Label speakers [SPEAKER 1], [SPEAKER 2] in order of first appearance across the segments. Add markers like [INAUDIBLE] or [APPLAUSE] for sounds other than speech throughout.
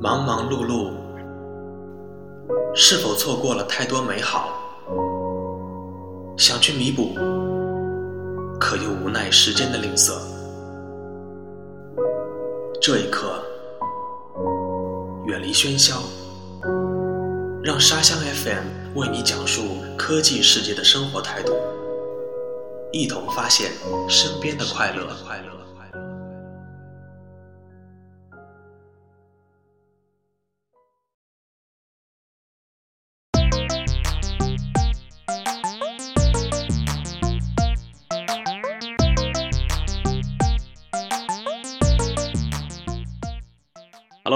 [SPEAKER 1] 忙碌碌，是否错过了太多美好？想去弥补，可又无奈时间的吝啬。这一刻，远离喧嚣，让沙箱 FM 为你讲述科技世界的生活态度，一同发现身边的快乐。快乐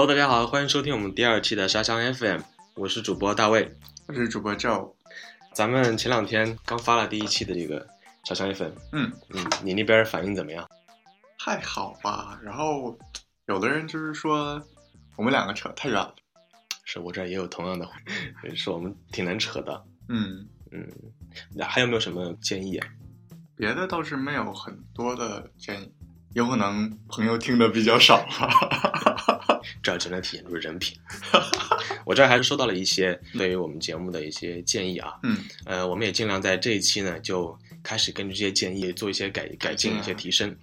[SPEAKER 2] 大家好，欢迎收听我们第二期的沙箱 FM，我是主播大卫，
[SPEAKER 3] 我是主播赵。
[SPEAKER 2] 咱们前两天刚发了第一期的这个沙箱 FM，
[SPEAKER 3] 嗯
[SPEAKER 2] 嗯，你那边反应怎么样？
[SPEAKER 3] 还好吧。然后有的人就是说我们两个扯太远了，
[SPEAKER 2] 是我这也有同样的， [LAUGHS] 是我们挺难扯的。
[SPEAKER 3] 嗯
[SPEAKER 2] 嗯，那还有没有什么建议啊？
[SPEAKER 3] 别的倒是没有很多的建议，有可能朋友听的比较少吧。
[SPEAKER 2] 这只能体现出人品。 [LAUGHS] 我这儿还是收到了一些对于我们节目的一些建议啊，
[SPEAKER 3] 嗯，
[SPEAKER 2] 呃，我们也尽量在这一期呢，就开始根据这些建议做一些改改进、
[SPEAKER 3] 嗯
[SPEAKER 2] 一些提升。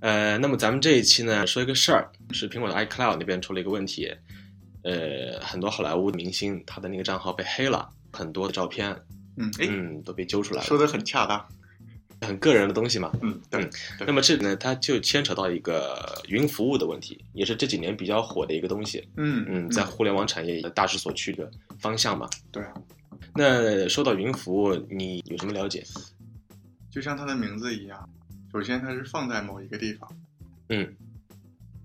[SPEAKER 2] 呃，那么咱们这一期呢，说一个事儿，是苹果的 iCloud 那边出了一个问题，呃，很多好莱坞明星他的那个账号被黑了，很多的照片，
[SPEAKER 3] 嗯，哎，
[SPEAKER 2] 嗯，都被揪出来
[SPEAKER 3] 说
[SPEAKER 2] 了，
[SPEAKER 3] 的很恰当。
[SPEAKER 2] 很个人的东西嘛。
[SPEAKER 3] 嗯，对，对
[SPEAKER 2] 那么这里呢，它就牵扯到一个云服务的问题，也是这几年比较火的一个东西。
[SPEAKER 3] 嗯
[SPEAKER 2] 嗯，在互联网产业大势所趋的方向嘛。
[SPEAKER 3] 对。
[SPEAKER 2] 那说到云服务，你有什么了解？
[SPEAKER 3] 就像它的名字一样，首先它是放在某一个地方。
[SPEAKER 2] 嗯，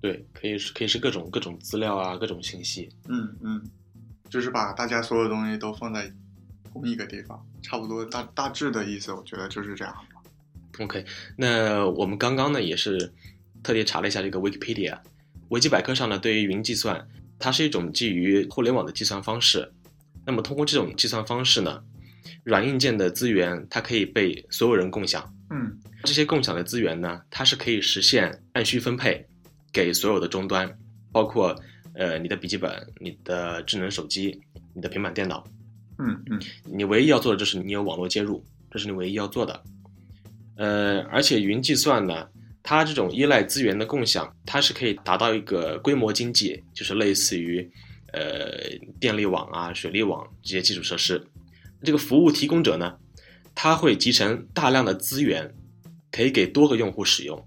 [SPEAKER 2] 对，可以是可以是各种各种资料啊，各种信息。
[SPEAKER 3] 嗯嗯，就是把大家所有东西都放在同一个地方，差不多大大致的意思，我觉得就是这样。
[SPEAKER 2] OK，那我们刚刚呢也是特地查了一下这个 Wikipedia，维基百科上呢对于云计算，它是一种基于互联网的计算方式。那么通过这种计算方式呢，软硬件的资源它可以被所有人共享。
[SPEAKER 3] 嗯
[SPEAKER 2] 这些共享的资源呢，它是可以实现按需分配给所有的终端，包括呃你的笔记本、你的智能手机、你的平板电脑。
[SPEAKER 3] 嗯嗯，
[SPEAKER 2] 你唯一要做的就是你有网络接入，这是你唯一要做的。呃，而且云计算呢，它这种依赖资源的共享，它是可以达到一个规模经济，就是类似于呃电力网啊、水利网这些基础设施。这个服务提供者呢，它会集成大量的资源，可以给多个用户使用，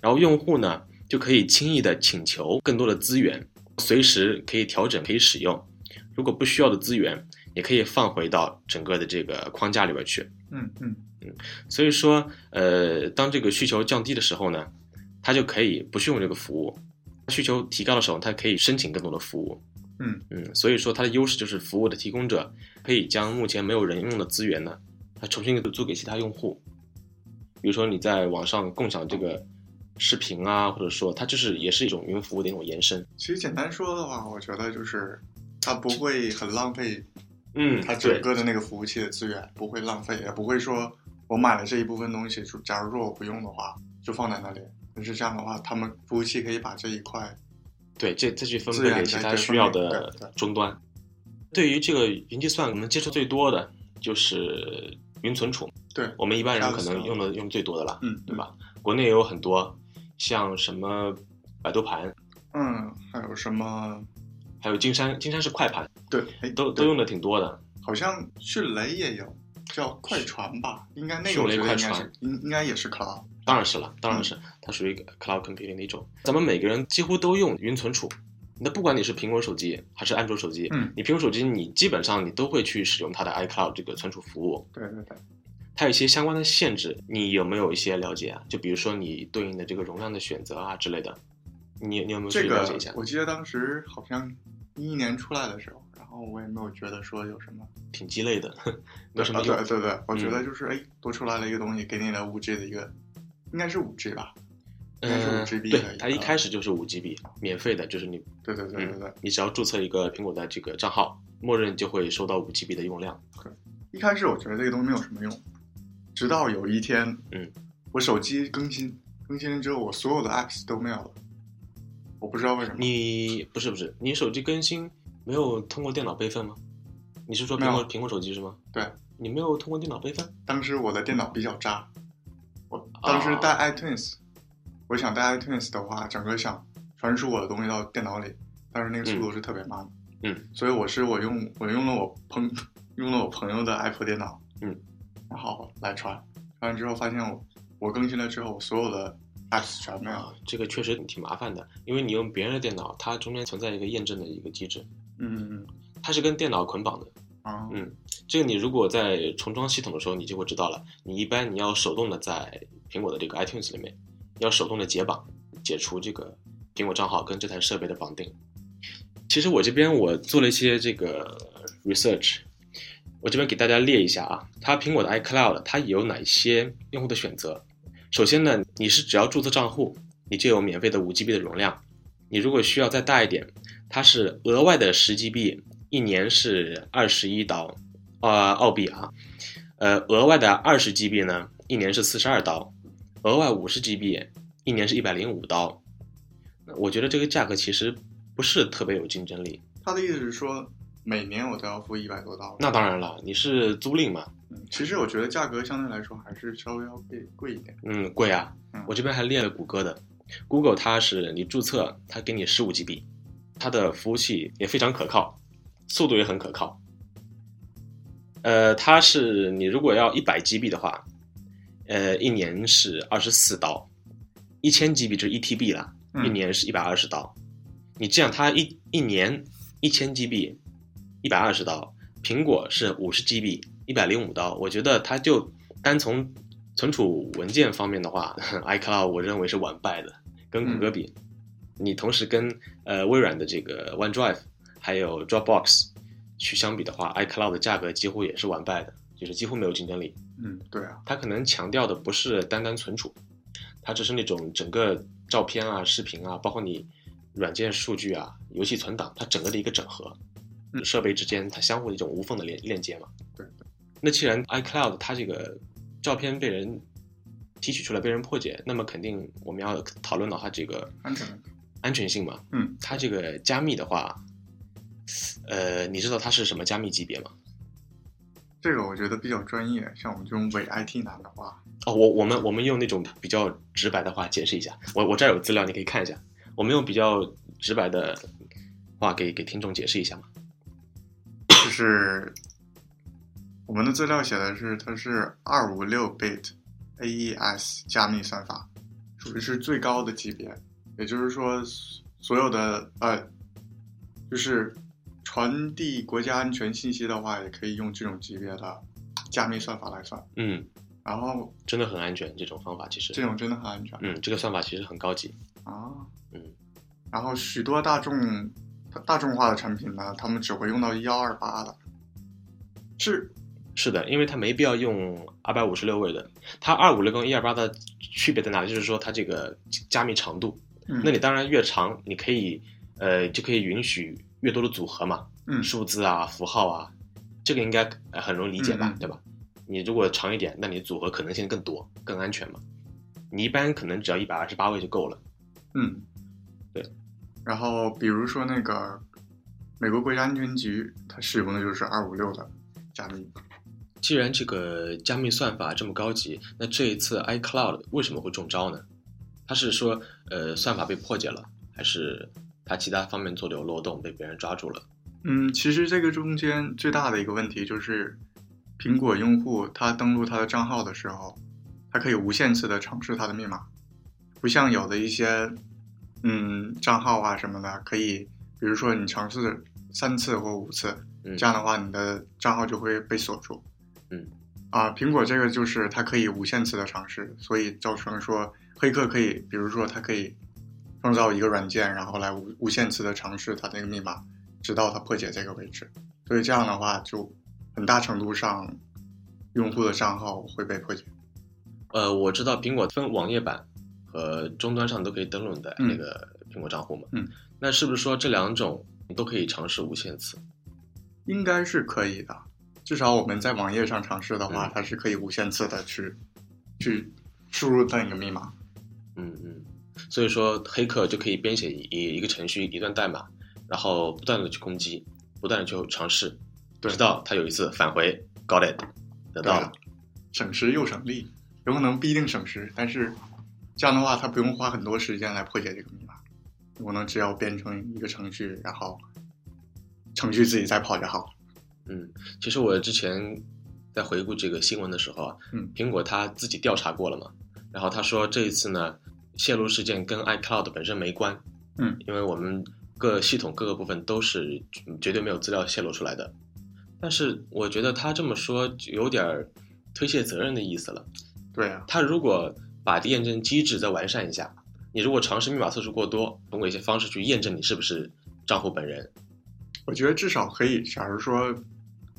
[SPEAKER 2] 然后用户呢就可以轻易的请求更多的资源，随时可以调整、可以使用。如果不需要的资源，也可以放回到整个的这个框架里边去。
[SPEAKER 3] 嗯嗯
[SPEAKER 2] 所以说，呃，当这个需求降低的时候呢，它就可以不去用这个服务；需求提高的时候，它可以申请更多的服务。
[SPEAKER 3] 嗯
[SPEAKER 2] 嗯，所以说它的优势就是服务的提供者可以将目前没有人用的资源呢，它重新租给其他用户。比如说你在网上共享这个视频啊，或者说它就是也是一种云服务的一种延伸。
[SPEAKER 3] 其实简单说的话，我觉得就是它不会很浪费
[SPEAKER 2] 嗯
[SPEAKER 3] 它整个的那个服务器的资源，不会浪费，也不会说我买了这一部分东西，就假如说我不用的话，就放在那里。但是这样的话，他们服务器可以把这一块，
[SPEAKER 2] 对，这再去分
[SPEAKER 3] 自
[SPEAKER 2] 配
[SPEAKER 3] 然
[SPEAKER 2] 给
[SPEAKER 3] 的
[SPEAKER 2] 其他
[SPEAKER 3] 对
[SPEAKER 2] 需
[SPEAKER 3] 分
[SPEAKER 2] 要
[SPEAKER 3] 配
[SPEAKER 2] 的
[SPEAKER 3] 对对
[SPEAKER 2] 终端。对于这个云计算，我们接触最多的就是云存储，
[SPEAKER 3] 对
[SPEAKER 2] 我们一般人可
[SPEAKER 3] Cloud
[SPEAKER 2] 能用的用最多的了，
[SPEAKER 3] 嗯，
[SPEAKER 2] 对？吧？国内也有很多，像什么百度盘，
[SPEAKER 3] 嗯，还有什么？
[SPEAKER 2] 还有金山，金山是快盘，
[SPEAKER 3] 对，哎，
[SPEAKER 2] 都
[SPEAKER 3] 对
[SPEAKER 2] 都用的挺多的。
[SPEAKER 3] 好像迅雷也有叫快传吧，应该那个
[SPEAKER 2] 迅
[SPEAKER 3] 我
[SPEAKER 2] 雷
[SPEAKER 3] 觉得
[SPEAKER 2] 快
[SPEAKER 3] 应该
[SPEAKER 2] 传
[SPEAKER 3] 是应应该也是 cloud。
[SPEAKER 2] 当然是了，
[SPEAKER 3] 嗯
[SPEAKER 2] 当然是，它属于 cloud computing 的一种。咱们每个人几乎都用云存储，那不管你是苹果手机还是安卓手机，
[SPEAKER 3] 嗯
[SPEAKER 2] 你苹果手机你基本上你都会去使用它的 iCloud 这个存储服务，
[SPEAKER 3] 对对对，
[SPEAKER 2] 它有一些相关的限制，你有没有一些了解啊？就比如说你对应的这个容量的选择啊之类的，你你有没有去
[SPEAKER 3] 这
[SPEAKER 2] 了
[SPEAKER 3] 个
[SPEAKER 2] 解一下？
[SPEAKER 3] 我记得当时好像一一年出来的时候，然后我也没有觉得说有什么。
[SPEAKER 2] 挺鸡肋的， [LAUGHS] 没
[SPEAKER 3] 对
[SPEAKER 2] 什么嗯
[SPEAKER 3] 啊
[SPEAKER 2] 用
[SPEAKER 3] 对。对对，我觉得就是哎，多出来了一个东西，给你的五 G 的一个，应该是五 G 吧？啊应该是
[SPEAKER 2] 嗯，
[SPEAKER 3] 5GB
[SPEAKER 2] 对
[SPEAKER 3] 的一，个
[SPEAKER 2] 它一开始就是五 GB，免费的，就是你
[SPEAKER 3] 对对对对对。
[SPEAKER 2] 你只要注册一个苹果的这个账号，默认就会收到五 GB 的用量。
[SPEAKER 3] 一开始我觉得这个东西没有什么用，直到有一天，
[SPEAKER 2] 嗯，
[SPEAKER 3] 我手机更新更新了之后，我所有的 apps 都没有了，我不知道为什么。
[SPEAKER 2] 你不是不是，你手机更新没有通过电脑备份吗？你是说苹
[SPEAKER 3] 没
[SPEAKER 2] 果
[SPEAKER 3] 有
[SPEAKER 2] 苹果手机是吗？
[SPEAKER 3] 对，
[SPEAKER 2] 你没有通过电脑备份？
[SPEAKER 3] 当时我的电脑比较渣，我
[SPEAKER 2] 哦
[SPEAKER 3] 当时带 iTunes，、我想带 iTunes 的话，整个想传输我的东西到电脑里，但是那个速度是特别慢的。
[SPEAKER 2] 嗯，
[SPEAKER 3] 所以我是我用我用了我朋用了我朋友的 Apple 电脑，
[SPEAKER 2] 嗯，
[SPEAKER 3] 然后来传，传完之后发现我我更新了之后，所有的 apps 全没有了。
[SPEAKER 2] 啊这个确实挺麻烦的，因为你用别人的电脑，它中间存在一个验证的一个机制，
[SPEAKER 3] 嗯嗯
[SPEAKER 2] 它是跟电脑捆绑的。
[SPEAKER 3] 嗯啊
[SPEAKER 2] 嗯这个你如果在重装系统的时候，你就会知道了。你一般你要手动的在苹果的这个 iTunes 里面，要手动的解绑，解除这个苹果账号跟这台设备的绑定。其实我这边我做了一些这个 research，我这边给大家列一下啊，它苹果的 iCloud 它有哪些用户的选择？首先呢，你是只要注册账户，你就有免费的 5GB 的容量。你如果需要再大一点，它是额外的 10GB，一年是二十一刀，啊、澳币啊，呃，额外的二十 GB 呢，一年是四十二刀，额外五十 GB 一年是一百零五刀。那我觉得这个价格其实不是特别有竞争力。
[SPEAKER 3] 他的意思是说，每年我都要付一百多刀。
[SPEAKER 2] 那当然了，你是租赁嘛，
[SPEAKER 3] 嗯其实我觉得价格相对来说还是稍微要贵贵一点。
[SPEAKER 2] 嗯，贵啊
[SPEAKER 3] 嗯。
[SPEAKER 2] 我这边还列了谷歌的，Google 它是你注册，它给你十五 GB，它的服务器也非常可靠，速度也很可靠。呃，它是你如果要一百 GB 的话，呃，一年是二十四刀，一千 GB 就是一 TB 啦，
[SPEAKER 3] 嗯
[SPEAKER 2] 一年是一百二十刀。你这样，它一一年一千 GB，一百二十刀，苹果是五十 GB，一百零五刀。我觉得它就单从存储文件方面的话 [LAUGHS] ，iCloud 我认为是完败的，跟谷歌比，你同时跟呃微软的这个 OneDrive 还有 Dropbox 去相比的话，iCloud 的价格几乎也是完败的，就是几乎没有竞争力。
[SPEAKER 3] 嗯，对啊，
[SPEAKER 2] 它可能强调的不是单单存储，它只是那种整个照片啊、视频啊，包括你软件数据啊、游戏存档，它整个的一个整合，
[SPEAKER 3] 嗯
[SPEAKER 2] 设备之间它相互的一种无缝的链链接嘛。
[SPEAKER 3] 对。
[SPEAKER 2] 那既然 iCloud 它这个照片被人提取出来被人破解，那么肯定我们要讨论到它这个
[SPEAKER 3] 安全问题。
[SPEAKER 2] 安全性嘛。
[SPEAKER 3] 嗯，
[SPEAKER 2] 它这个加密的话，呃，你知道它是什么加密级别吗？
[SPEAKER 3] 这个我觉得比较专业，像我们这种伪 IT 男的话，
[SPEAKER 2] 哦，我我们我们用那种比较直白的话解释一下，我我这儿有资料，你可以看一下。我们用比较直白的话给给听众解释一下嘛。
[SPEAKER 3] 就是我们的资料写的是它是二五六 bit AES 加密算法，属于是最高的级别，也就是说所有的呃，就是传递国家安全信息的话，也可以用这种级别的加密算法来算。
[SPEAKER 2] 嗯，
[SPEAKER 3] 然后
[SPEAKER 2] 真的很安全，这种方法其
[SPEAKER 3] 这
[SPEAKER 2] 实，
[SPEAKER 3] 种真的很安全
[SPEAKER 2] 嗯，这个算法其实很高级。
[SPEAKER 3] 啊。
[SPEAKER 2] 嗯
[SPEAKER 3] 然后许多大众大众化的产品呢，他们只会用到幺二八的，是
[SPEAKER 2] 是的，因为它没必要用二百五十六位的，它二五六跟一二八的区别在哪里？就是说它这个加密长度，
[SPEAKER 3] 嗯
[SPEAKER 2] 那你当然越长，你可以呃就可以允许越多的组合嘛。
[SPEAKER 3] 嗯
[SPEAKER 2] 数字啊、符号啊，这个应该呃很容易理解吧，
[SPEAKER 3] 嗯嗯
[SPEAKER 2] 对吧？你如果长一点，那你组合可能性更多，更安全嘛。你一般可能只要一百二十八位就够了。
[SPEAKER 3] 嗯，
[SPEAKER 2] 对。
[SPEAKER 3] 然后比如说那个美国国家安全局，它使用的就是二五六的加密。
[SPEAKER 2] 既然这个加密算法这么高级，那这一次 iCloud 为什么会中招呢？它是说呃算法被破解了，还是它其他方面做的有漏洞被别人抓住了？
[SPEAKER 3] 嗯，其实这个中间最大的一个问题就是，苹果用户他登录他的账号的时候，他可以无限次的尝试他的密码，不像有的一些嗯账号啊什么的，可以比如说你尝试三次或五次，
[SPEAKER 2] 嗯
[SPEAKER 3] 这样的话你的账号就会被锁住。
[SPEAKER 2] 嗯，
[SPEAKER 3] 啊，苹果这个就是它可以无限次的尝试，所以造成说黑客可以，比如说他可以创造一个软件，然后来无无限次的尝试它那个密码。直到它破解这个为止。所以这样的话，就很大程度上，用户的账号会被破解。
[SPEAKER 2] 呃，我知道苹果分网页版和终端上都可以登录你的
[SPEAKER 3] 嗯
[SPEAKER 2] 那个苹果账户嘛。
[SPEAKER 3] 嗯，
[SPEAKER 2] 那是不是说这两种你都可以尝试无限次？
[SPEAKER 3] 应该是可以的，至少我们在网页上尝试的话，
[SPEAKER 2] 嗯
[SPEAKER 3] 它是可以无限次的去去输入那个密码。
[SPEAKER 2] 嗯嗯，所以说，黑客就可以编写一一个程序、一段代码，然后不断的去攻击，不断的去尝试，
[SPEAKER 3] 对
[SPEAKER 2] 直到他有一次返回 got it，得到了。
[SPEAKER 3] 省时又省力，有可能不一定省时，但是这样的话，他不用花很多时间来破解这个密码，我能只要编成一个程序，然后程序自己再跑就好。
[SPEAKER 2] 嗯，其实我之前在回顾这个新闻的时候啊，
[SPEAKER 3] 嗯
[SPEAKER 2] 苹果它自己调查过了嘛，然后他说这一次呢，泄露事件跟 iCloud 本身没关，
[SPEAKER 3] 嗯，
[SPEAKER 2] 因为我们各系统各个部分都是嗯绝对没有资料泄露出来的，但是我觉得他这么说有点儿推卸责任的意思了。
[SPEAKER 3] 对啊，
[SPEAKER 2] 它如果把验证机制再完善一下，你如果尝试密码次数过多，通过一些方式去验证你是不是账户本人，
[SPEAKER 3] 我觉得至少可以，假如说，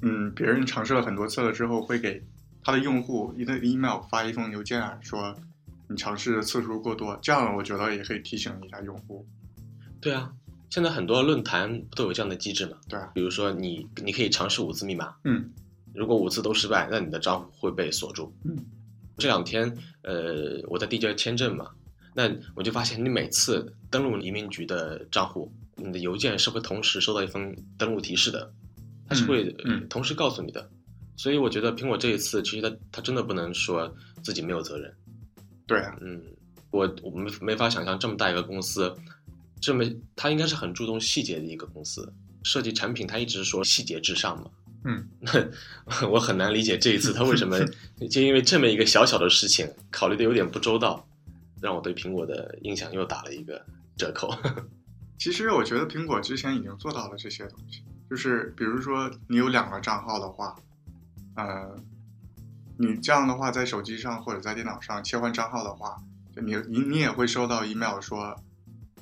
[SPEAKER 3] 嗯，别人尝试了很多次了之后，会给他的用户一个 email 发一封邮件啊，说你尝试的次数过多，这样我觉得也可以提醒一下用户。
[SPEAKER 2] 对啊，现在很多论坛不都有这样的机制嘛？
[SPEAKER 3] 对啊，
[SPEAKER 2] 比如说你你可以尝试五次密码，
[SPEAKER 3] 嗯
[SPEAKER 2] 如果五次都失败，那你的账户会被锁住。
[SPEAKER 3] 嗯，
[SPEAKER 2] 这两天呃我在递交签证嘛，那我就发现你每次登录移民局的账户，你的邮件是会同时收到一封登录提示的，它是会
[SPEAKER 3] 嗯嗯
[SPEAKER 2] 同时告诉你的。所以我觉得苹果这一次其实它它真的不能说自己没有责任。
[SPEAKER 3] 对啊，
[SPEAKER 2] 嗯，我我没没法想象这么大一个公司，这么它应该是很注重细节的一个公司，设计产品它一直说细节至上嘛。
[SPEAKER 3] 嗯，
[SPEAKER 2] 那 [LAUGHS] 我很难理解这一次他为什
[SPEAKER 3] [LAUGHS]
[SPEAKER 2] 么就因为这么一个小小的事情考虑的有点不周到，让我对苹果的印象又打了一个折
[SPEAKER 3] [LAUGHS]
[SPEAKER 2] 扣。
[SPEAKER 3] 其实我觉得苹果之前已经做到了这些东西，就是比如说你有两个账号的话，呃，你这样的话在手机上或者在电脑上切换账号的话，就你你你也会收到 email 说，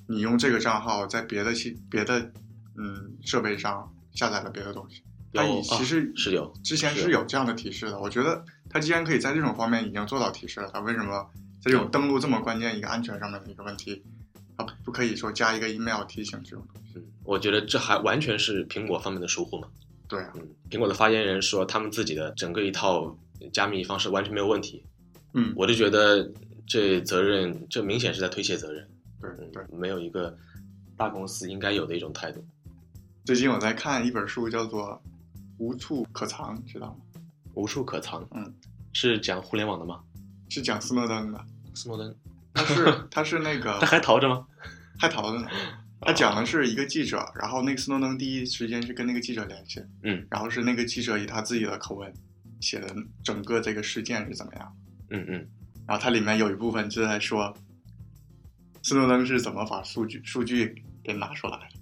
[SPEAKER 3] 你用这个账号在别的系别的嗯设备上下载了别的东西。它
[SPEAKER 2] 有
[SPEAKER 3] 以哎其实
[SPEAKER 2] 啊、是有
[SPEAKER 3] 之前是有这样的提示的。我觉得它既然可以在这种方面已经做到提示了，它为什么在这种登录这么关键一个安全上面的一个问题，它不可以说加一个 email 提醒这种东西？
[SPEAKER 2] 嗯，我觉得这还完全是苹果方面的疏忽嘛。
[SPEAKER 3] 对啊，
[SPEAKER 2] 嗯，苹果的发言人说他们自己的整个一套加密方式完全没有问题，
[SPEAKER 3] 嗯，
[SPEAKER 2] 我就觉得这责任，这明显是在推卸责任，
[SPEAKER 3] 对
[SPEAKER 2] 嗯
[SPEAKER 3] 对。
[SPEAKER 2] 没有一个大公司应该有的一种态度。
[SPEAKER 3] 最近我在看一本书，叫做《无处可藏》，知道吗？
[SPEAKER 2] 无处可藏，
[SPEAKER 3] 嗯，
[SPEAKER 2] 是讲互联网的吗？
[SPEAKER 3] 是讲斯诺登的，
[SPEAKER 2] 斯诺登 [LAUGHS]
[SPEAKER 3] 他是他是那个
[SPEAKER 2] 他哦还逃着吗？
[SPEAKER 3] 还逃
[SPEAKER 2] [LAUGHS]
[SPEAKER 3] 着呢。他讲的是一个记者，然后那个斯诺登第一时间是跟那个记者联系，
[SPEAKER 2] 嗯，
[SPEAKER 3] 然后是那个记者以他自己的口吻写的整个这个事件是怎么样的。
[SPEAKER 2] 嗯嗯，
[SPEAKER 3] 然后它里面有一部分就在说，斯诺登是怎么把数据数据给拿出来的。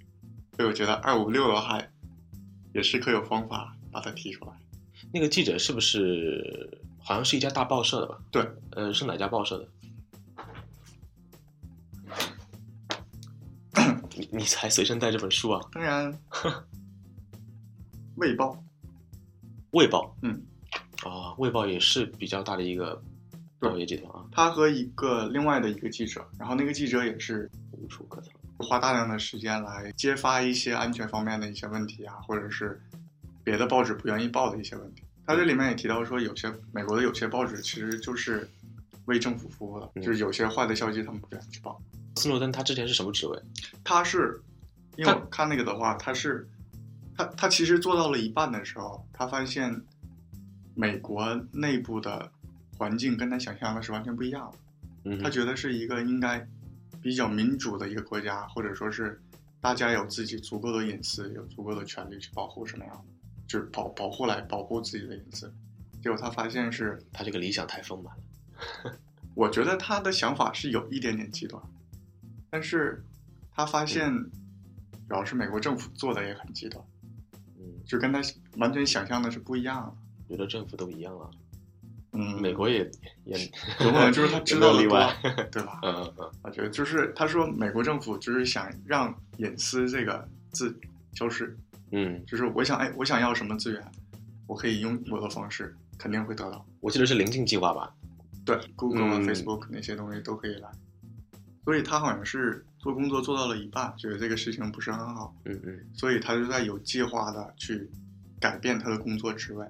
[SPEAKER 3] 所以我觉得二五六的话，也是可有方法把它提出来。
[SPEAKER 2] 那个记者是不是好像是一家大报社的吧？
[SPEAKER 3] 对，
[SPEAKER 2] 呃，是哪家报
[SPEAKER 3] [COUGHS]
[SPEAKER 2] 社的？你你还随身带这本书啊？
[SPEAKER 3] 当然，卫报
[SPEAKER 2] 卫报，
[SPEAKER 3] 嗯，
[SPEAKER 2] 啊，卫报也是比较大的一个
[SPEAKER 3] 对
[SPEAKER 2] 报业集团啊，
[SPEAKER 3] 他和一个另外的一个记者，然后那个记者也是
[SPEAKER 2] 无处可藏。
[SPEAKER 3] 花大量的时间来揭发一些安全方面的一些问题啊，或者是别的报纸不愿意报的一些问题。他这里面也提到说，有些美国的有些报纸其实就是为政府服务的，
[SPEAKER 2] 嗯
[SPEAKER 3] 就是有些坏的消息他们不愿意去报。
[SPEAKER 2] 斯诺登他之前是什么职位？
[SPEAKER 3] 他是，因为
[SPEAKER 2] 他
[SPEAKER 3] 我看那个的话，他是，他他其实做到了一半的时候，他发现美国内部的环境跟他想象的是完全不一样的。
[SPEAKER 2] 嗯哼
[SPEAKER 3] 他觉得是一个应该比较民主的一个国家，或者说是大家有自己足够的隐私，有足够的权利去保护什么样的，就是保保护来保护自己的隐私。结果他发现是，
[SPEAKER 2] 他这个理想太丰满了。
[SPEAKER 3] 我觉得他的想法是有一点点极端，但是他
[SPEAKER 2] 嗯
[SPEAKER 3] 发现，主要是美国政府做的也很极端，
[SPEAKER 2] 嗯，
[SPEAKER 3] 就跟他完全想象的是不一样的。
[SPEAKER 2] 觉得政府都一样啊，
[SPEAKER 3] 嗯， [LAUGHS]
[SPEAKER 2] 美国也也，
[SPEAKER 3] 有可能就是他知道
[SPEAKER 2] 有
[SPEAKER 3] 的
[SPEAKER 2] 没有例
[SPEAKER 3] 多
[SPEAKER 2] 外。，
[SPEAKER 3] [LAUGHS] 对吧？
[SPEAKER 2] 嗯嗯嗯，
[SPEAKER 3] 我觉得啊就是他说美国政府就是想让隐私这个字消失，
[SPEAKER 2] 嗯，
[SPEAKER 3] 就是我想哎，我想要什么资源，我可以用我的方式，肯定会得到。
[SPEAKER 2] 我记得是临近计划吧？
[SPEAKER 3] 对，Google 啊、
[SPEAKER 2] 嗯
[SPEAKER 3] Facebook 那些东西都可以来。所以他好像是做工作做到了一半，觉得这个事情不是很好，
[SPEAKER 2] 嗯嗯，
[SPEAKER 3] 所以他就在有计划的去改变他的工作职位，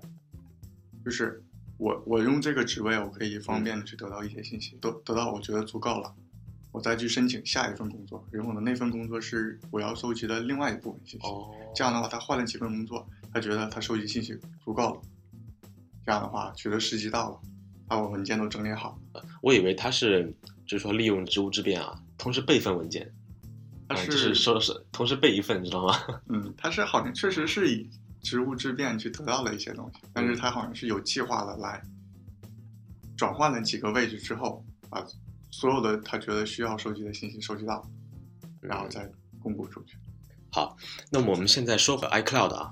[SPEAKER 3] 就是
[SPEAKER 2] 嗯
[SPEAKER 3] 我我用这个职位，我可以方便的去得到一些信息，得得到我觉得足够了，我再去申请下一份工作，然后呢，那份工作是我要收集的另外一部分信息。
[SPEAKER 2] 哦，
[SPEAKER 3] 这样的话，他换了几份工作，他觉得他收集信息足够了。这样的话，觉得时机到了，他把文件都整理好。
[SPEAKER 2] 我以为他是就是说利用职务之便啊，同时备份文件，
[SPEAKER 3] 他
[SPEAKER 2] 嗯
[SPEAKER 3] 是、
[SPEAKER 2] 就是说是同时备一份，你知道吗？
[SPEAKER 3] 嗯，他是好像确实是以职务之便去得到了一些东西，但是他好像是有计划的来转换了几个位置之后，把所有的他觉得需要收集的信息收集到，然
[SPEAKER 2] 嗯
[SPEAKER 3] 后再公布出去。
[SPEAKER 2] 好，那么我们现在说回 iCloud 啊，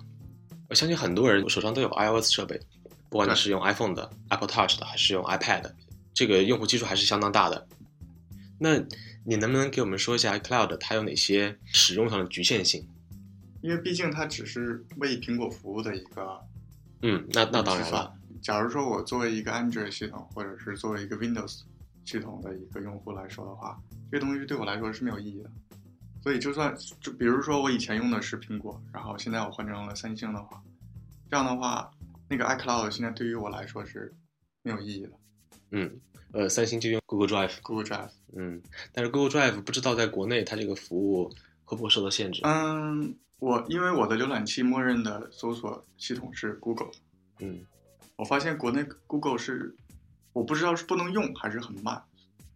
[SPEAKER 2] 我相信很多人手上都有 iOS 设备，不管你
[SPEAKER 3] 对
[SPEAKER 2] 是用 iPhone 的、Apple Touch 的，还是用 iPad 的，这个用户基数还是相当大的。那你能不能给我们说一下 iCloud 它有哪些使用上的局限性？
[SPEAKER 3] 因为毕竟它只是为苹果服务的一个
[SPEAKER 2] 嗯，那那当然
[SPEAKER 3] 计
[SPEAKER 2] 了，
[SPEAKER 3] 算。假如说我作为一个 Android 系统，或者是作为一个 Windows 系统的一个用户来说的话，这个东西对我来说是没有意义的。所以就算就比如说我以前用的是苹果，然后现在我换成了三星的话，这样的话，那个 iCloud 现在对于我来说是没有意义的。
[SPEAKER 2] 嗯，呃，三星就用 Google Drive，
[SPEAKER 3] Google Drive，
[SPEAKER 2] 嗯，但是 Google Drive 不知道在国内它这个服务会不会受到限制？
[SPEAKER 3] 嗯，我因为我的浏览器默认的搜索系统是 Google，
[SPEAKER 2] 嗯，
[SPEAKER 3] 我发现国内 Google 是我不知道是不能用还是很慢，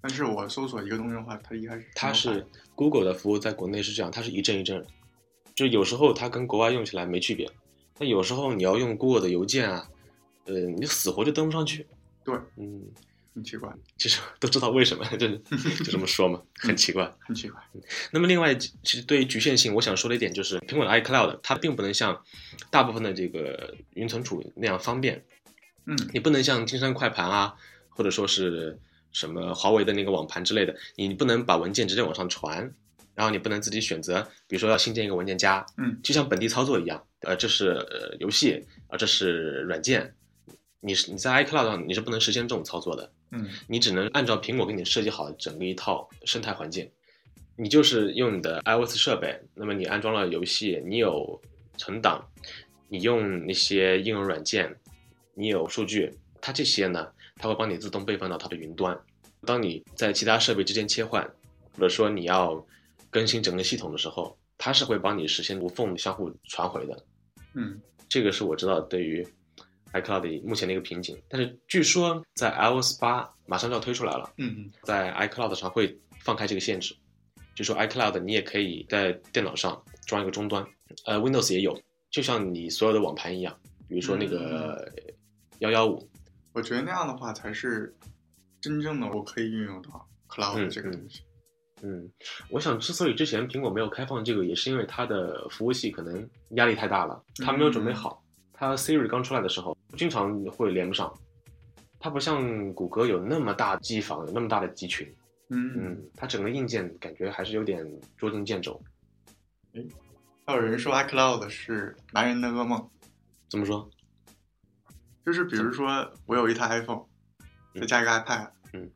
[SPEAKER 3] 但是我搜索一个东西的话，它一开始
[SPEAKER 2] 它
[SPEAKER 3] 能反应
[SPEAKER 2] 是 Google 的服务在国内是这样，它是一阵一阵的，就有时候它跟国外用起来没区别，但有时候你要用 Google 的邮件啊，呃，你死活就登不上去。
[SPEAKER 3] 对，
[SPEAKER 2] 嗯，
[SPEAKER 3] 很奇怪，
[SPEAKER 2] 其实都知道为什么，就就这么说嘛，很奇怪。
[SPEAKER 3] 很奇怪。
[SPEAKER 2] 那么另外，其其实对于局限性，我想说的一点就是，苹果的 iCloud 它并不能像大部分的这个云存储那样方便，
[SPEAKER 3] 嗯，
[SPEAKER 2] 你不能像金山快盘啊，或者说是什么华为的那个网盘之类的，你不能把文件直接往上传，然后你不能自己选择，比如说要新建一个文件夹，
[SPEAKER 3] 嗯，
[SPEAKER 2] 就像本地操作一样，呃，这是呃游戏啊、这是软件，你是你在 iCloud 上你是不能实现这种操作的，
[SPEAKER 3] 嗯，
[SPEAKER 2] 你只能按照苹果给你设计好的整个一套生态环境，你就是用你的 iOS 设备，那么你安装了游戏，你有存档，你用那些应用软件，你有数据，它这些呢，它会帮你自动备份到它的云端。当你在其他设备之间切换，或者说你要更新整个系统的时候，它是会帮你实现无缝地相互传回的。
[SPEAKER 3] 嗯，
[SPEAKER 2] 这个是我知道对于 iCloud 的目前的一个瓶颈。但是据说在 iOS 八马上就要推出来了，
[SPEAKER 3] 嗯，
[SPEAKER 2] 在 iCloud 上会放开这个限制，就说 iCloud 你也可以在电脑上装一个终端，呃，Windows 也有，就像你所有的网盘一样，比如说那个幺幺五，
[SPEAKER 3] 我觉得那样的话才是真正的我可以运用到 cloud
[SPEAKER 2] 嗯
[SPEAKER 3] 这个东西。
[SPEAKER 2] 嗯，我想之所以之前苹果没有开放这个，也是因为它的服务器可能压力太大了，它没有准备好。它 Siri 刚出来的时候，经常会连不上。它不像谷歌有那么大机房，有那么大的集群，
[SPEAKER 3] 嗯，
[SPEAKER 2] 嗯，它整个硬件感觉还是有点捉襟见肘。
[SPEAKER 3] 还有人说 iCloud 是男人的噩梦，
[SPEAKER 2] 怎么说？
[SPEAKER 3] 就是比如说我有一台 iPhone，
[SPEAKER 2] 嗯
[SPEAKER 3] 再加一个 iPad，
[SPEAKER 2] 嗯，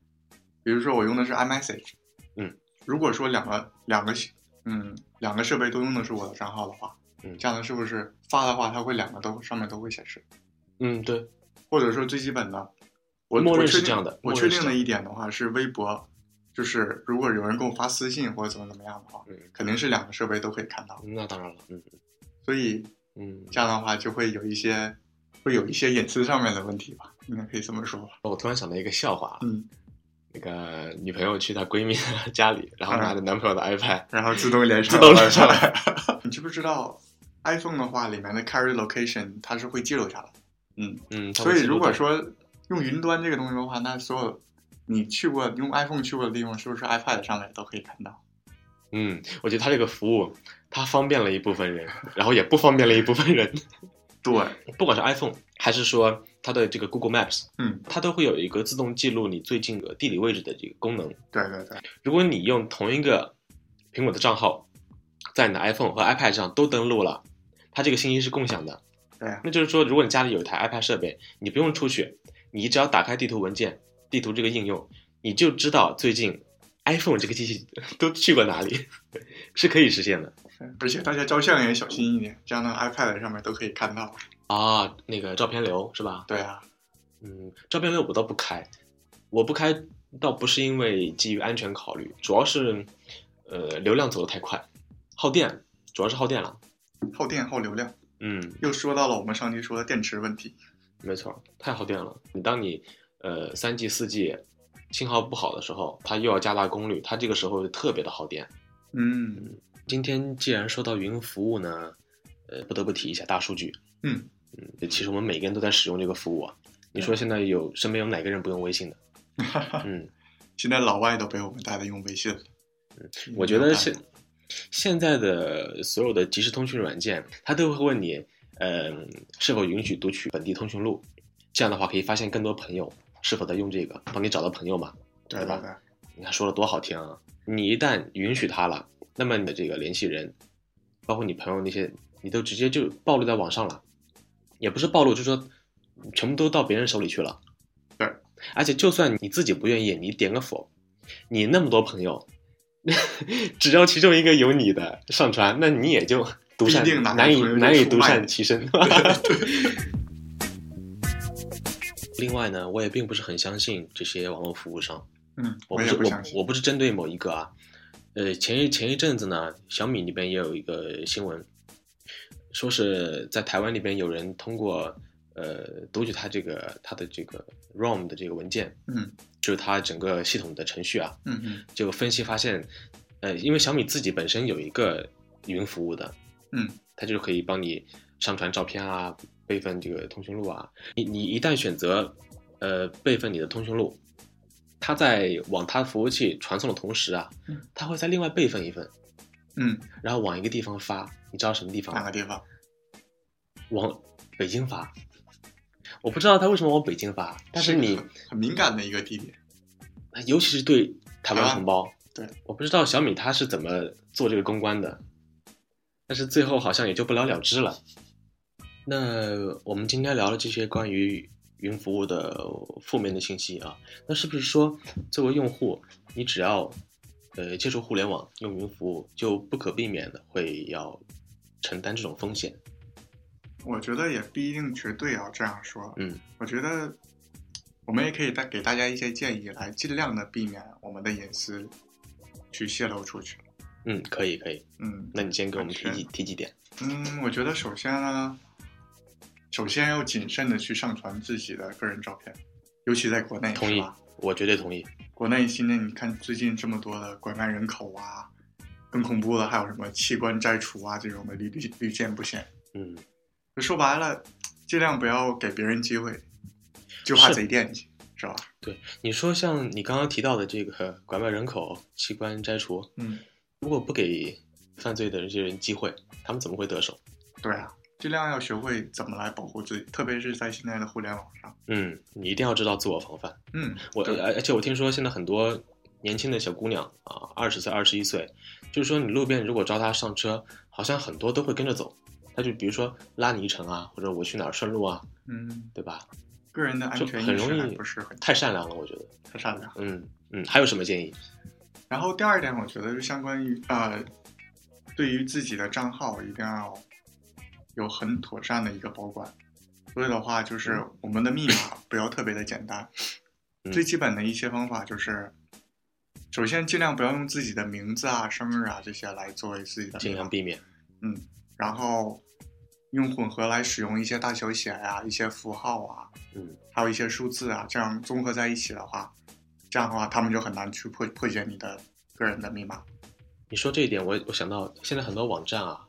[SPEAKER 3] 比如说我用的是 iMessage，
[SPEAKER 2] 嗯，
[SPEAKER 3] 如果说两个两个系嗯两个设备都用的是我的账号的话，
[SPEAKER 2] 嗯
[SPEAKER 3] 这样的是不是发的话它会两个都上面都会显示？
[SPEAKER 2] 嗯，对，
[SPEAKER 3] 或者说最基本的，我
[SPEAKER 2] 默认
[SPEAKER 3] 我确
[SPEAKER 2] 是
[SPEAKER 3] 定
[SPEAKER 2] 这样的
[SPEAKER 3] 我
[SPEAKER 2] 默
[SPEAKER 3] 确
[SPEAKER 2] 认是
[SPEAKER 3] 定
[SPEAKER 2] 这样
[SPEAKER 3] 的一点的话是微博，就是如果有人给我发私信或者怎么怎么样的话，
[SPEAKER 2] 嗯，
[SPEAKER 3] 肯定是两个设备都可以看到，
[SPEAKER 2] 那当然了，嗯
[SPEAKER 3] 所以
[SPEAKER 2] 嗯。
[SPEAKER 3] 这样的话就会有一些会有一些隐私上面的问题吧，应该可以这么说吧。
[SPEAKER 2] 我突然想到一个笑话啊，
[SPEAKER 3] 嗯，
[SPEAKER 2] 那个女朋友去她闺蜜的家里，然后拿着男朋友
[SPEAKER 3] 嗯
[SPEAKER 2] 的 iPad，
[SPEAKER 3] 然后自动连上，
[SPEAKER 2] 自动连上
[SPEAKER 3] 来。 [LAUGHS] 你知不知道 iPhone 的话里面的 Carry Location 它是会记录下来，嗯，
[SPEAKER 2] 嗯，她会
[SPEAKER 3] 所以
[SPEAKER 2] 记录
[SPEAKER 3] 如果
[SPEAKER 2] 到
[SPEAKER 3] 说用云端这个东西的话，那所有你去过用 iPhone 去过的地方，是不是 iPad 上面都可以看到？
[SPEAKER 2] 嗯，我觉得它这个服务，它方便了一部分人，然后也不方便了一部分人。 [LAUGHS]
[SPEAKER 3] 对，
[SPEAKER 2] 不管是 iPhone 还是说它的这个 Google Maps，
[SPEAKER 3] 嗯，
[SPEAKER 2] 它都会有一个自动记录你最近的地理位置的这个功能。
[SPEAKER 3] 对对对，
[SPEAKER 2] 如果你用同一个苹果的账号，在你的 iPhone 和 iPad 上都登录了，它这个信息是共享的。
[SPEAKER 3] 对啊呀、
[SPEAKER 2] 那就是说，如果你家里有一台 iPad 设备，你不用出去，你只要打开地图文件、地图这个应用，你就知道最近 iPhone 这个机器 [LAUGHS] 都去过哪里，是可以实现的。
[SPEAKER 3] 而且大家照相也小心一点，这样呢 iPad 上面都可以看到。
[SPEAKER 2] 啊，那个照片流是吧？
[SPEAKER 3] 对啊，
[SPEAKER 2] 嗯，照片流我倒不开，我不开倒不是因为基于安全考虑，主要是呃流量走得太快，耗电，主要是耗电了。
[SPEAKER 3] 耗电耗流量，
[SPEAKER 2] 嗯，
[SPEAKER 3] 又说到了我们上期说的电池问题。
[SPEAKER 2] 没错，太耗电了。你当你呃三 G、四 G 信号不好的时候，它又要加大功率，它这个时候就特别的耗电。
[SPEAKER 3] 嗯
[SPEAKER 2] 今天既然说到云服务呢，呃，不得不提一下大数据。
[SPEAKER 3] 嗯，
[SPEAKER 2] 嗯，其实我们每个人都在使用这个服务啊。你说现在有身边有哪个人不用微信的？嗯，
[SPEAKER 3] 现在老外都被我们带的用微信了。嗯
[SPEAKER 2] 我觉得现现在的所有的即时通讯软件，它都会问你，呃，是否允许读取本地通讯录。这样的话，可以发现更多朋友是否在用这个，帮你找到朋友嘛。
[SPEAKER 3] 对对对，
[SPEAKER 2] 你看说的多好听啊！你一旦允许他了，那么你的这个联系人，包括你朋友那些，你都直接就暴露在网上了，也不是暴露，就是说全部都到别人手里去了。
[SPEAKER 3] 对，
[SPEAKER 2] 而且就算你自己不愿意，你点个否，你那么多朋友， [LAUGHS] 只要其中一个有你的上传，那你也就独善
[SPEAKER 3] 必定哪个
[SPEAKER 2] 难以
[SPEAKER 3] 朋友就
[SPEAKER 2] 难以
[SPEAKER 3] 出
[SPEAKER 2] 独
[SPEAKER 3] 卖
[SPEAKER 2] 善
[SPEAKER 3] 你
[SPEAKER 2] 其
[SPEAKER 3] [LAUGHS]
[SPEAKER 2] 身。 [LAUGHS] 另外呢，我也并不是很相信这些网络服务商。
[SPEAKER 3] 嗯，
[SPEAKER 2] 我
[SPEAKER 3] 我
[SPEAKER 2] 不
[SPEAKER 3] 也
[SPEAKER 2] 是
[SPEAKER 3] 不
[SPEAKER 2] 我
[SPEAKER 3] 相信。
[SPEAKER 2] 我不是针对某一个啊，呃，前一前一阵子呢，小米那边也有一个新闻，说是在台湾那边有人通过呃读取他这个他的这个 ROM 的这个文件，
[SPEAKER 3] 嗯
[SPEAKER 2] 就是他整个系统的程序啊，
[SPEAKER 3] 嗯嗯
[SPEAKER 2] 结果分析发现，呃，因为小米自己本身有一个云服务的，
[SPEAKER 3] 嗯，
[SPEAKER 2] 它就可以帮你上传照片啊，备份这个通讯录啊。你你一旦选择呃备份你的通讯录，它在往它服务器传送的同时啊
[SPEAKER 3] 嗯，
[SPEAKER 2] 它会再另外备份一份，
[SPEAKER 3] 嗯，
[SPEAKER 2] 然后往一个地方发。你知道什么地方
[SPEAKER 3] 哪
[SPEAKER 2] 吗？
[SPEAKER 3] 个地方？
[SPEAKER 2] 往北京发。我不知道它为什么往北京发，但是你
[SPEAKER 3] 很很敏感的一个地点。
[SPEAKER 2] 尤其是对台湾同胞，
[SPEAKER 3] 啊对，
[SPEAKER 2] 我不知道小米它是怎么做这个公关的，但是最后好像也就不了了之了。那我们今天聊了这些关于云服务的负面的信息啊，那是不是说作为用户，你只要呃接触互联网用云服务，就不可避免的会要承担这种风险？
[SPEAKER 3] 我觉得也不一定绝对要这样说。
[SPEAKER 2] 嗯，
[SPEAKER 3] 我觉得我们也可以带给大家一些建议，来尽量的避免我们的隐私去泄露出去。
[SPEAKER 2] 嗯，可以可以。
[SPEAKER 3] 嗯
[SPEAKER 2] 那你先给我们提
[SPEAKER 3] 是
[SPEAKER 2] 几提几点？
[SPEAKER 3] 嗯，我觉得首先呢，首先要谨慎的去上传自己的个人照片，尤其在国内，
[SPEAKER 2] 同
[SPEAKER 3] 是
[SPEAKER 2] 意
[SPEAKER 3] 吧？，
[SPEAKER 2] 我绝对同意。
[SPEAKER 3] 国内现在你看最近这么多的拐卖人口啊，更恐怖的还有什么器官摘除啊这种的屡屡屡见不鲜。
[SPEAKER 2] 嗯，
[SPEAKER 3] 就说白了，尽量不要给别人机会，就怕
[SPEAKER 2] 是
[SPEAKER 3] 贼惦记，是吧？
[SPEAKER 2] 你说像你刚刚提到的这个拐卖人口、器官摘除，
[SPEAKER 3] 嗯，
[SPEAKER 2] 如果不给犯罪的这些人机会，他们怎么会得手？
[SPEAKER 3] 对啊，尽量要学会怎么来保护自己，特别是在现在的互联网上。
[SPEAKER 2] 嗯，你一定要知道自我防范。
[SPEAKER 3] 嗯，
[SPEAKER 2] 我
[SPEAKER 3] 对
[SPEAKER 2] 而而且我听说现在很多年轻的小姑娘啊，二十岁、二十一岁，就是说你路边如果招她上车，好像很多都会跟着走。她就比如说拉你一程啊，或者我去哪儿顺路啊，
[SPEAKER 3] 嗯，
[SPEAKER 2] 对吧？
[SPEAKER 3] 个人的安
[SPEAKER 2] 就
[SPEAKER 3] 全
[SPEAKER 2] 很
[SPEAKER 3] 意
[SPEAKER 2] 容
[SPEAKER 3] 识还
[SPEAKER 2] 易
[SPEAKER 3] 不是很
[SPEAKER 2] 太善良了，我觉得。
[SPEAKER 3] 太善良。
[SPEAKER 2] 嗯嗯，还有什么建议？
[SPEAKER 3] 然后第二点，我觉得就相关于呃，对于自己的账号一定要有很妥善的一个保管。所以的话，就是我们的密码不要特别的简单。
[SPEAKER 2] 嗯
[SPEAKER 3] 最基本的一些方法就是，首先尽量不要用自己的名字啊、生日啊这些来作为自己的
[SPEAKER 2] 尽
[SPEAKER 3] 密
[SPEAKER 2] 量
[SPEAKER 3] 码，嗯
[SPEAKER 2] 避免。
[SPEAKER 3] 然后用混合来使用一些大小写呀、一些符号啊，
[SPEAKER 2] 嗯，
[SPEAKER 3] 还有一些数字啊，这样综合在一起的话，这样的话他们就很难去破破解你的个人的密码。
[SPEAKER 2] 你说这一点，我我想到现在很多网站啊，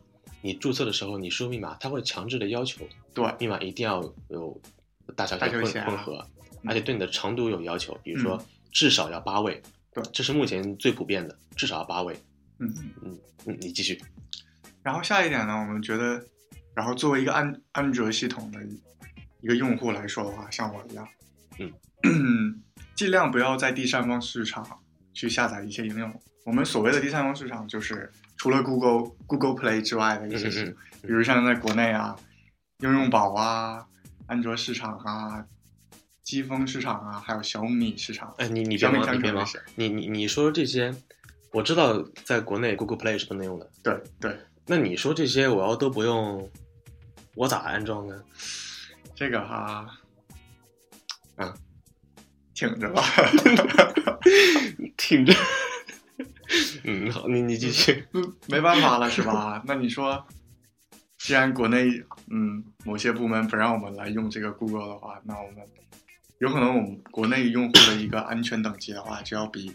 [SPEAKER 2] 你注册的时候你输入密码，它会强制的要求
[SPEAKER 3] 对，
[SPEAKER 2] 密码一定要有大小写
[SPEAKER 3] 大小
[SPEAKER 2] 混
[SPEAKER 3] 写啊
[SPEAKER 2] 混合，而且对你的长度有要求，比如说
[SPEAKER 3] 嗯
[SPEAKER 2] 至少要八位。
[SPEAKER 3] 对
[SPEAKER 2] 这是目前最普遍的，至少要八位。
[SPEAKER 3] 嗯，
[SPEAKER 2] 嗯，你继续。
[SPEAKER 3] 然后下一点呢，我们觉得，然后作为一个安安卓系统的一个用户来说的话，像我一样，嗯，尽量不要在第三方市场去下载一些应用。我们所谓的第三方市场，就是除了 Google Google Play 之外的一些市场，
[SPEAKER 2] 嗯
[SPEAKER 3] 比如像在国内啊，应用宝啊、安卓市场啊、机锋市场啊，还有小米市场。
[SPEAKER 2] 哎，你你别
[SPEAKER 3] 小米
[SPEAKER 2] 忙，
[SPEAKER 3] 商
[SPEAKER 2] 你
[SPEAKER 3] 城
[SPEAKER 2] 别
[SPEAKER 3] 也
[SPEAKER 2] 忙
[SPEAKER 3] 是，
[SPEAKER 2] 你你你说这些，我知道在国内 Google Play 是不能用的。
[SPEAKER 3] 对对，
[SPEAKER 2] 那你说这些我要都不用，我
[SPEAKER 3] [LAUGHS]
[SPEAKER 2] 咋安装呢？
[SPEAKER 3] 这个哈，
[SPEAKER 2] 啊，
[SPEAKER 3] 挺着吧。
[SPEAKER 2] 挺着。嗯，好，你你继续。 [LAUGHS]
[SPEAKER 3] 嗯没办法了是吧？ [LAUGHS] 那你说，既然国内嗯某些部门不让我们来用这个 Google 的话，那我们有可能我们国内用户的一个安全等级的话，就要比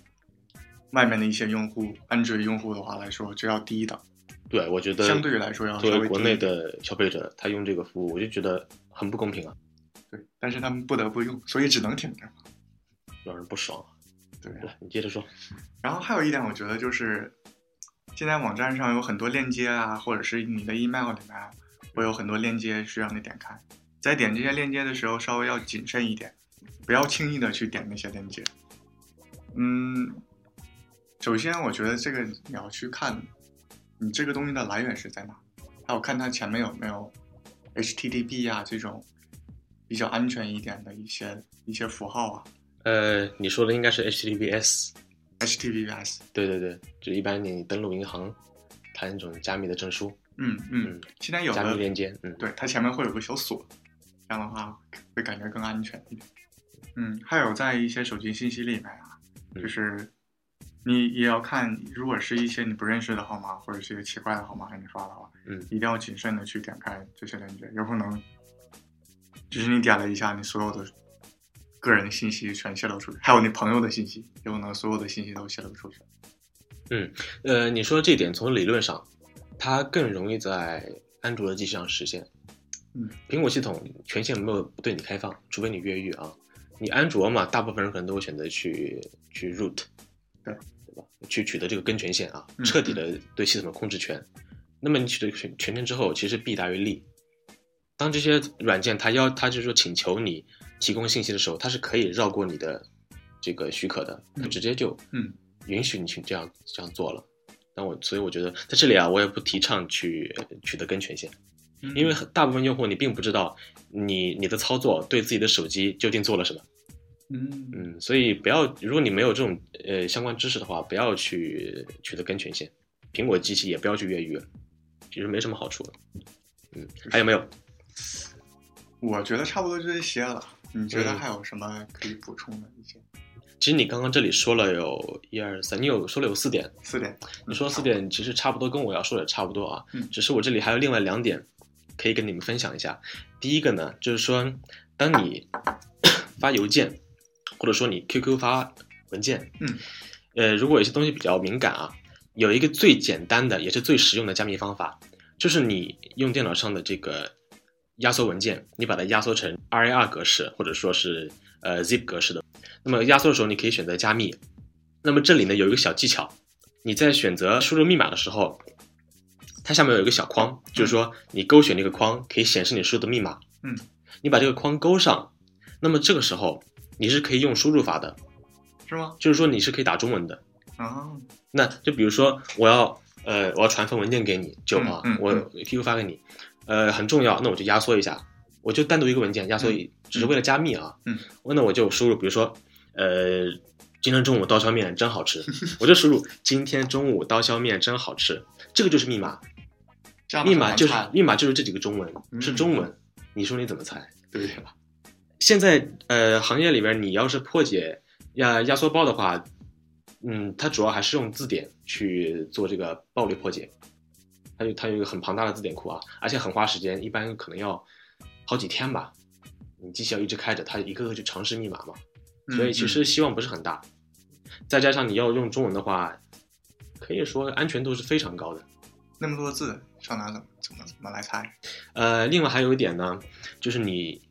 [SPEAKER 3] 外面的一些用户安卓用户的话来说就要低一等，
[SPEAKER 2] 对，我觉得
[SPEAKER 3] 相对于来说啊要稍
[SPEAKER 2] 作
[SPEAKER 3] 微
[SPEAKER 2] 为国
[SPEAKER 3] 低
[SPEAKER 2] 内
[SPEAKER 3] 一等
[SPEAKER 2] 的消费者，他用这个服务，我就觉得很不公平啊，
[SPEAKER 3] 对，但是他们不得不用，所以只能挺着。
[SPEAKER 2] 让人不爽啊。
[SPEAKER 3] 对啊，
[SPEAKER 2] 来，你接着说。
[SPEAKER 3] 然后还有一点，我觉得就是，现在网站上有很多链接啊，或者是你的 email 里面啊会有很多链接需要你点开。在点这些链接的时候，稍微要谨慎一点，不要轻易的去点那些链接。嗯，首先我觉得这个你要去看，你这个东西的来源是在哪，还有看它前面有没有 HTTP 啊这种比较安全一点的一些一些符号啊
[SPEAKER 2] 呃，你说的应该是 HTTPS，
[SPEAKER 3] ，HTTPS。
[SPEAKER 2] 对对对，就一般你登录银行，它那种加密的证书、
[SPEAKER 3] 嗯嗯
[SPEAKER 2] 嗯，
[SPEAKER 3] 现在有
[SPEAKER 2] 加
[SPEAKER 3] 的
[SPEAKER 2] 密链接，嗯，
[SPEAKER 3] 对，它前面会有个小锁，这样的话会感觉更安全一点。嗯，还有在一些手机信息里面啊，就
[SPEAKER 2] 嗯
[SPEAKER 3] 是你也要看，如果是一些你不认识的号码或者是一些奇怪的号码给你发的话，
[SPEAKER 2] 嗯
[SPEAKER 3] 一定要谨慎的去点开这些链接，有可能就是你点了一下，你所有的个人信息全泄露出去，还有你朋友的信息，有可能所有的信息都泄露出去。
[SPEAKER 2] 呃，你说这点从理论上，它更容易在安卓的机器上实现。
[SPEAKER 3] 嗯，
[SPEAKER 2] 苹果系统权限没有对你开放，除非你越狱啊。你安卓嘛，大部分人可能都会选择去去 root，
[SPEAKER 3] 对
[SPEAKER 2] 对吧？去取得这个根权限啊，
[SPEAKER 3] 嗯
[SPEAKER 2] 彻底的对系统的控制权。那么你取得权权限之后，其实弊大于利。当这些软件它要它就是说请求你提供信息的时候，它是可以绕过你的这个许可的，它
[SPEAKER 3] 嗯
[SPEAKER 2] 直接就
[SPEAKER 3] 嗯
[SPEAKER 2] 允许你去这样这样做了。那我所以我觉得在这里啊，我也不提倡去呃取得跟权限，因为很大部分用户你并不知道你你的操作对自己的手机究竟做了什么，
[SPEAKER 3] 嗯
[SPEAKER 2] 嗯，所以不要如果你没有这种呃相关知识的话，不要去取得跟权限，苹果机器也不要去越狱了，其实没什么好处的。嗯，还有没有？
[SPEAKER 3] 我觉得差不多就这些了。你觉得
[SPEAKER 2] 嗯
[SPEAKER 3] 还有什么可以补充的一些？
[SPEAKER 2] 其实你刚刚这里说了有一二三，你有说了有四点，
[SPEAKER 3] 四点，
[SPEAKER 2] 你说四点其实差不多，跟我要说的也差不多啊。
[SPEAKER 3] 嗯
[SPEAKER 2] 只是我这里还有另外两点可以跟你们分享一下。第一个呢，就是说，当你 [COUGHS] 发邮件或者说你 QQ 发文件，
[SPEAKER 3] 嗯，
[SPEAKER 2] 呃，如果有些东西比较敏感啊，有一个最简单的也是最实用的加密方法，就是你用电脑上的这个压缩文件，你把它压缩成 RAR 格式或者说是呃 ZIP 格式的。那么压缩的时候，你可以选择加密。那么这里呢有一个小技巧，你在选择输入密码的时候，它下面有一个小框，就是说你勾选这个框可以显示你输入的密码。
[SPEAKER 3] 嗯，
[SPEAKER 2] 你把这个框勾上，那么这个时候你是可以用输入法的，
[SPEAKER 3] 是吗？
[SPEAKER 2] 就是说你是可以打中文的。
[SPEAKER 3] 啊，
[SPEAKER 2] 那就比如说我要呃我要传份文件给你九啊，
[SPEAKER 3] 嗯嗯
[SPEAKER 2] 我
[SPEAKER 3] 嗯
[SPEAKER 2] QQ 发给你，呃很重要，那我就压缩一下，我就单独一个文件压缩一，只是为了加密啊。
[SPEAKER 3] 嗯，
[SPEAKER 2] 那我就输入，比如说呃今天中午刀削面真好
[SPEAKER 3] [LAUGHS]
[SPEAKER 2] 吃，我就输入今天中午刀削面真好吃，这个就是密码，
[SPEAKER 3] 这样的
[SPEAKER 2] 密码
[SPEAKER 3] 很
[SPEAKER 2] 就是
[SPEAKER 3] 惨
[SPEAKER 2] 密码就是这几个中文
[SPEAKER 3] 嗯
[SPEAKER 2] 是中文，你说你怎么猜？
[SPEAKER 3] 对
[SPEAKER 2] 吧？ [LAUGHS] 现在呃行业里边，你要是破解压压缩包的话，嗯，它主要还是用字典去做这个暴力破解，它有它有一个很庞大的字典库啊，而且很花时间，一般可能要好几天吧。你机器要一直开着，它一个个去尝试密码嘛，
[SPEAKER 3] 嗯
[SPEAKER 2] 所以其
[SPEAKER 3] 嗯
[SPEAKER 2] 实希望不是很大。再加上你要用中文的话，可以说安全度是非常高的。
[SPEAKER 3] 那么多字，上哪怎么怎么怎么来猜？
[SPEAKER 2] 呃，另外还有一点呢，就是你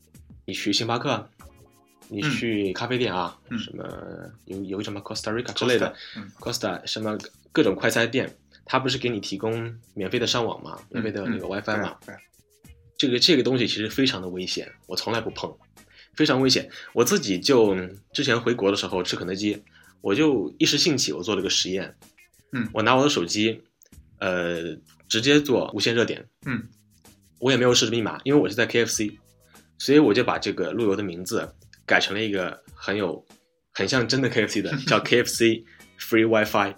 [SPEAKER 2] 你去星巴克，你
[SPEAKER 3] 嗯
[SPEAKER 2] 去咖啡店啊，
[SPEAKER 3] 嗯
[SPEAKER 2] 什么有有个什么 Costa Rica 之类的
[SPEAKER 3] 嗯
[SPEAKER 2] Costa 什么各种快餐店，它不是给你提供免费的上网嘛，免费的那个
[SPEAKER 3] 嗯
[SPEAKER 2] WiFi 嘛，
[SPEAKER 3] 对，对
[SPEAKER 2] 这个这个东西其实非常的危险，我从来不碰，非常危险。我自己就嗯之前回国的时候吃肯德基，我就一时兴起，我做了个实验，
[SPEAKER 3] 嗯
[SPEAKER 2] 我拿我的手机，呃，直接做无线热点，
[SPEAKER 3] 嗯，
[SPEAKER 2] 我也没有设置密码，因为我是在 KFC，所以我就把这个路由的名字改成了一个很有很像真的 KFC 的，
[SPEAKER 3] [LAUGHS]
[SPEAKER 2] 叫 KFC Free WiFi，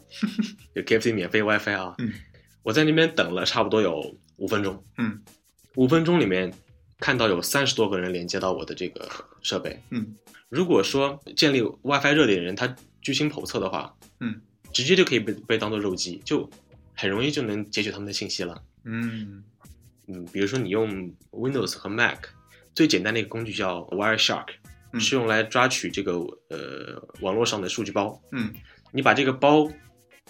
[SPEAKER 2] 有 KFC 免费 WiFi 啊。
[SPEAKER 3] 嗯
[SPEAKER 2] 我在那边等了差不多有五分钟。
[SPEAKER 3] 嗯
[SPEAKER 2] 五分钟里面，看到有三十多个人连接到我的这个设备。
[SPEAKER 3] 嗯，
[SPEAKER 2] 如果说建立 WiFi 热点人他居心叵测的话，
[SPEAKER 3] 嗯，
[SPEAKER 2] 直接就可以被被当做肉鸡，就很容易就能截取他们的信息了。
[SPEAKER 3] 嗯
[SPEAKER 2] 嗯，比如说你用 Windows 和 Mac，最简单的一个工具叫 Wireshark，、
[SPEAKER 3] 嗯
[SPEAKER 2] 是用来抓取这个呃网络上的数据包。
[SPEAKER 3] 嗯
[SPEAKER 2] 你把这个包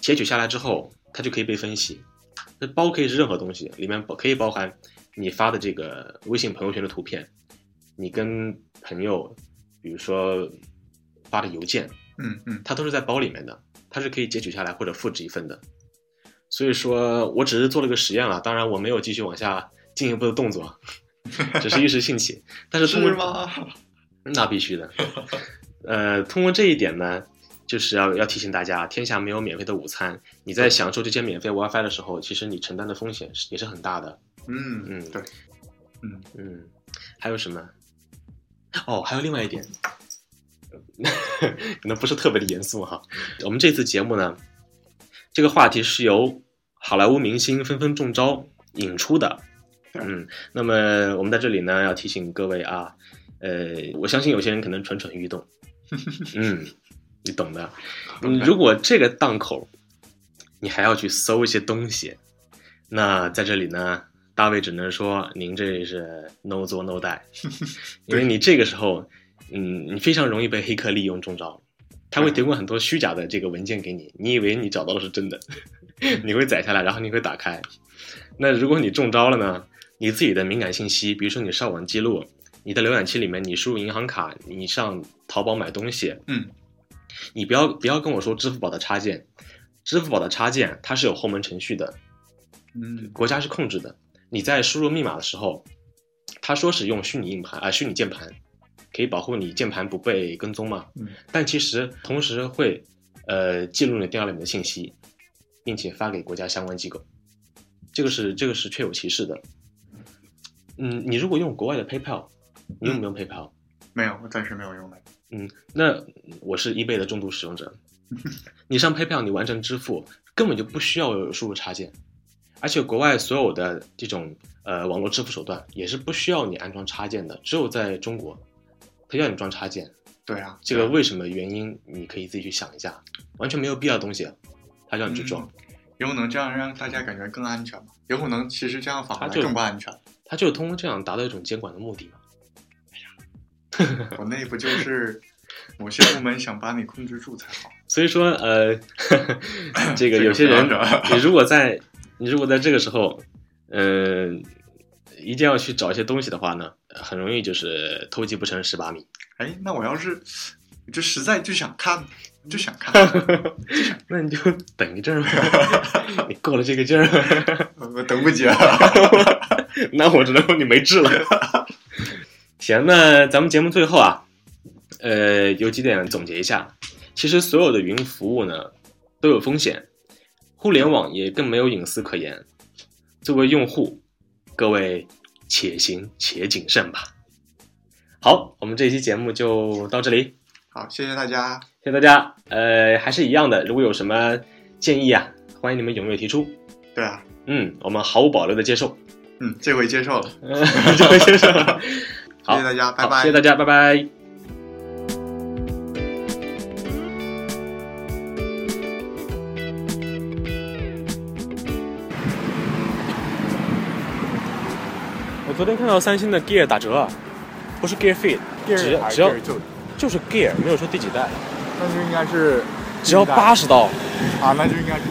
[SPEAKER 2] 截取下来之后，它就可以被分析。那包可以是任何东西，里面包可以包含你发的这个微信朋友圈的图片，你跟朋友，比如说发的邮件，
[SPEAKER 3] 嗯嗯
[SPEAKER 2] 它都是在包里面的，它是可以截取下来或者复制一份的。所以说我只是做了个实验了，当然我没有继续往下进一步的动作，只是一时兴起。但是通过
[SPEAKER 3] 是吗？
[SPEAKER 2] 那必须的。呃，通过这一点呢，就是要要提醒大家，天下没有免费的午餐。你在享受这些免费 WiFi 的时候，其实你承担的风险是也是很大的。
[SPEAKER 3] 嗯
[SPEAKER 2] 嗯
[SPEAKER 3] 对，嗯
[SPEAKER 2] 嗯，还有什么？哦，还有另外一点，可能不是特别的严肃哈。我们这次节目呢，这个话题是由好莱坞明星纷纷中招引出的。
[SPEAKER 3] 对
[SPEAKER 2] 嗯，那么我们在这里呢，要提醒各位啊，呃，我相信有些人可能蠢蠢欲动，嗯，你懂的。嗯，如果这个档口，你还要去搜一些东西，那在这里呢，大卫只能说您这是 no 作 no die，因为你这个时候，嗯，你非常容易被黑客利用中招，他会提供很多虚假的这个文件给你，你以为你找到的是真的， [LAUGHS] 你会载下来，然后你会打开。那如果你中招了呢，你自己的敏感信息，比如说你上网记录。你的浏览器里面，你输入银行卡，你上淘宝买东西，
[SPEAKER 3] 嗯
[SPEAKER 2] 你不要不要跟我说支付宝的插件，支付宝的插件它是有后门程序的，
[SPEAKER 3] 嗯
[SPEAKER 2] 国家是控制的。你在输入密码的时候，他说是用虚拟硬盘啊、虚拟键盘，可以保护你键盘不被跟踪嘛。
[SPEAKER 3] 嗯
[SPEAKER 2] 但其实同时会呃记录你电脑里面的信息，并且发给国家相关机构，这个是这个是确有其事的。嗯，你如果用国外的 PayPal，你用不用 PayPal？
[SPEAKER 3] 没有，我暂时没有用的。
[SPEAKER 2] 嗯，那我是 eBay 的重度使用
[SPEAKER 3] [LAUGHS]
[SPEAKER 2] 者。你上 PayPal 你完成支付，根本就不需要有输入插件，而且国外所有的这种呃网络支付手段也是不需要你安装插件的，只有在中国，它要你装插件。
[SPEAKER 3] 对啊，
[SPEAKER 2] 这个为什么原因，你可以自己去想一下，完全没有必要的东西，它让你去装，
[SPEAKER 3] 嗯有可能这样让大家感觉更安全嘛？有可能其实这样反而
[SPEAKER 2] 他就
[SPEAKER 3] 更不安
[SPEAKER 2] [LAUGHS]
[SPEAKER 3] 全。
[SPEAKER 2] 它就是通过这样达到一种监管的目的嘛。
[SPEAKER 3] 国内不就是某些部门想把你控制住才好？
[SPEAKER 2] 所以说，
[SPEAKER 3] [LAUGHS]
[SPEAKER 2] 呃， [LAUGHS] 这
[SPEAKER 3] 这
[SPEAKER 2] 个
[SPEAKER 3] 个
[SPEAKER 2] 有些人
[SPEAKER 3] 不要整，
[SPEAKER 2] 你如果在你如果在这个时候，呃，一定要去找一些东西的话呢，很容易就是偷鸡不成蚀把米。
[SPEAKER 3] 哎，那我要是就实在就想看，就想
[SPEAKER 2] [LAUGHS]
[SPEAKER 3] 看，
[SPEAKER 2] 那你就等一阵儿吧，你过了这个劲儿，
[SPEAKER 3] 我我等不
[SPEAKER 2] [LAUGHS]
[SPEAKER 3] 及了。
[SPEAKER 2] 那我只能说你没治了。 [LAUGHS] 行，那咱们节目最后啊，呃，有几点总结一下。其实所有的云服务呢都有风险，互联网也更没有隐私可言。作为用户，各位且行且谨慎吧。好，我们这期节目就到这里，
[SPEAKER 3] 好，谢谢大家。
[SPEAKER 2] 谢谢大家。呃，还是一样的，如果有什么建议啊，欢迎你们踊跃提出。
[SPEAKER 3] 对啊，
[SPEAKER 2] 嗯，我们毫无保留的接受， [LAUGHS]
[SPEAKER 3] 嗯，这回接受了，
[SPEAKER 2] 嗯就会接受。
[SPEAKER 3] 谢
[SPEAKER 2] 好
[SPEAKER 3] 谢大家，拜
[SPEAKER 2] 好
[SPEAKER 3] 拜
[SPEAKER 2] 谢谢。大家，拜拜。我昨天看到三星的 Gear 打折，啊不是 Gear Fit，只要只要
[SPEAKER 3] 就，
[SPEAKER 2] 就是 Gear，没有说第几代，
[SPEAKER 3] 那就应该是
[SPEAKER 2] 只要八十刀，
[SPEAKER 3] 啊，那就应该是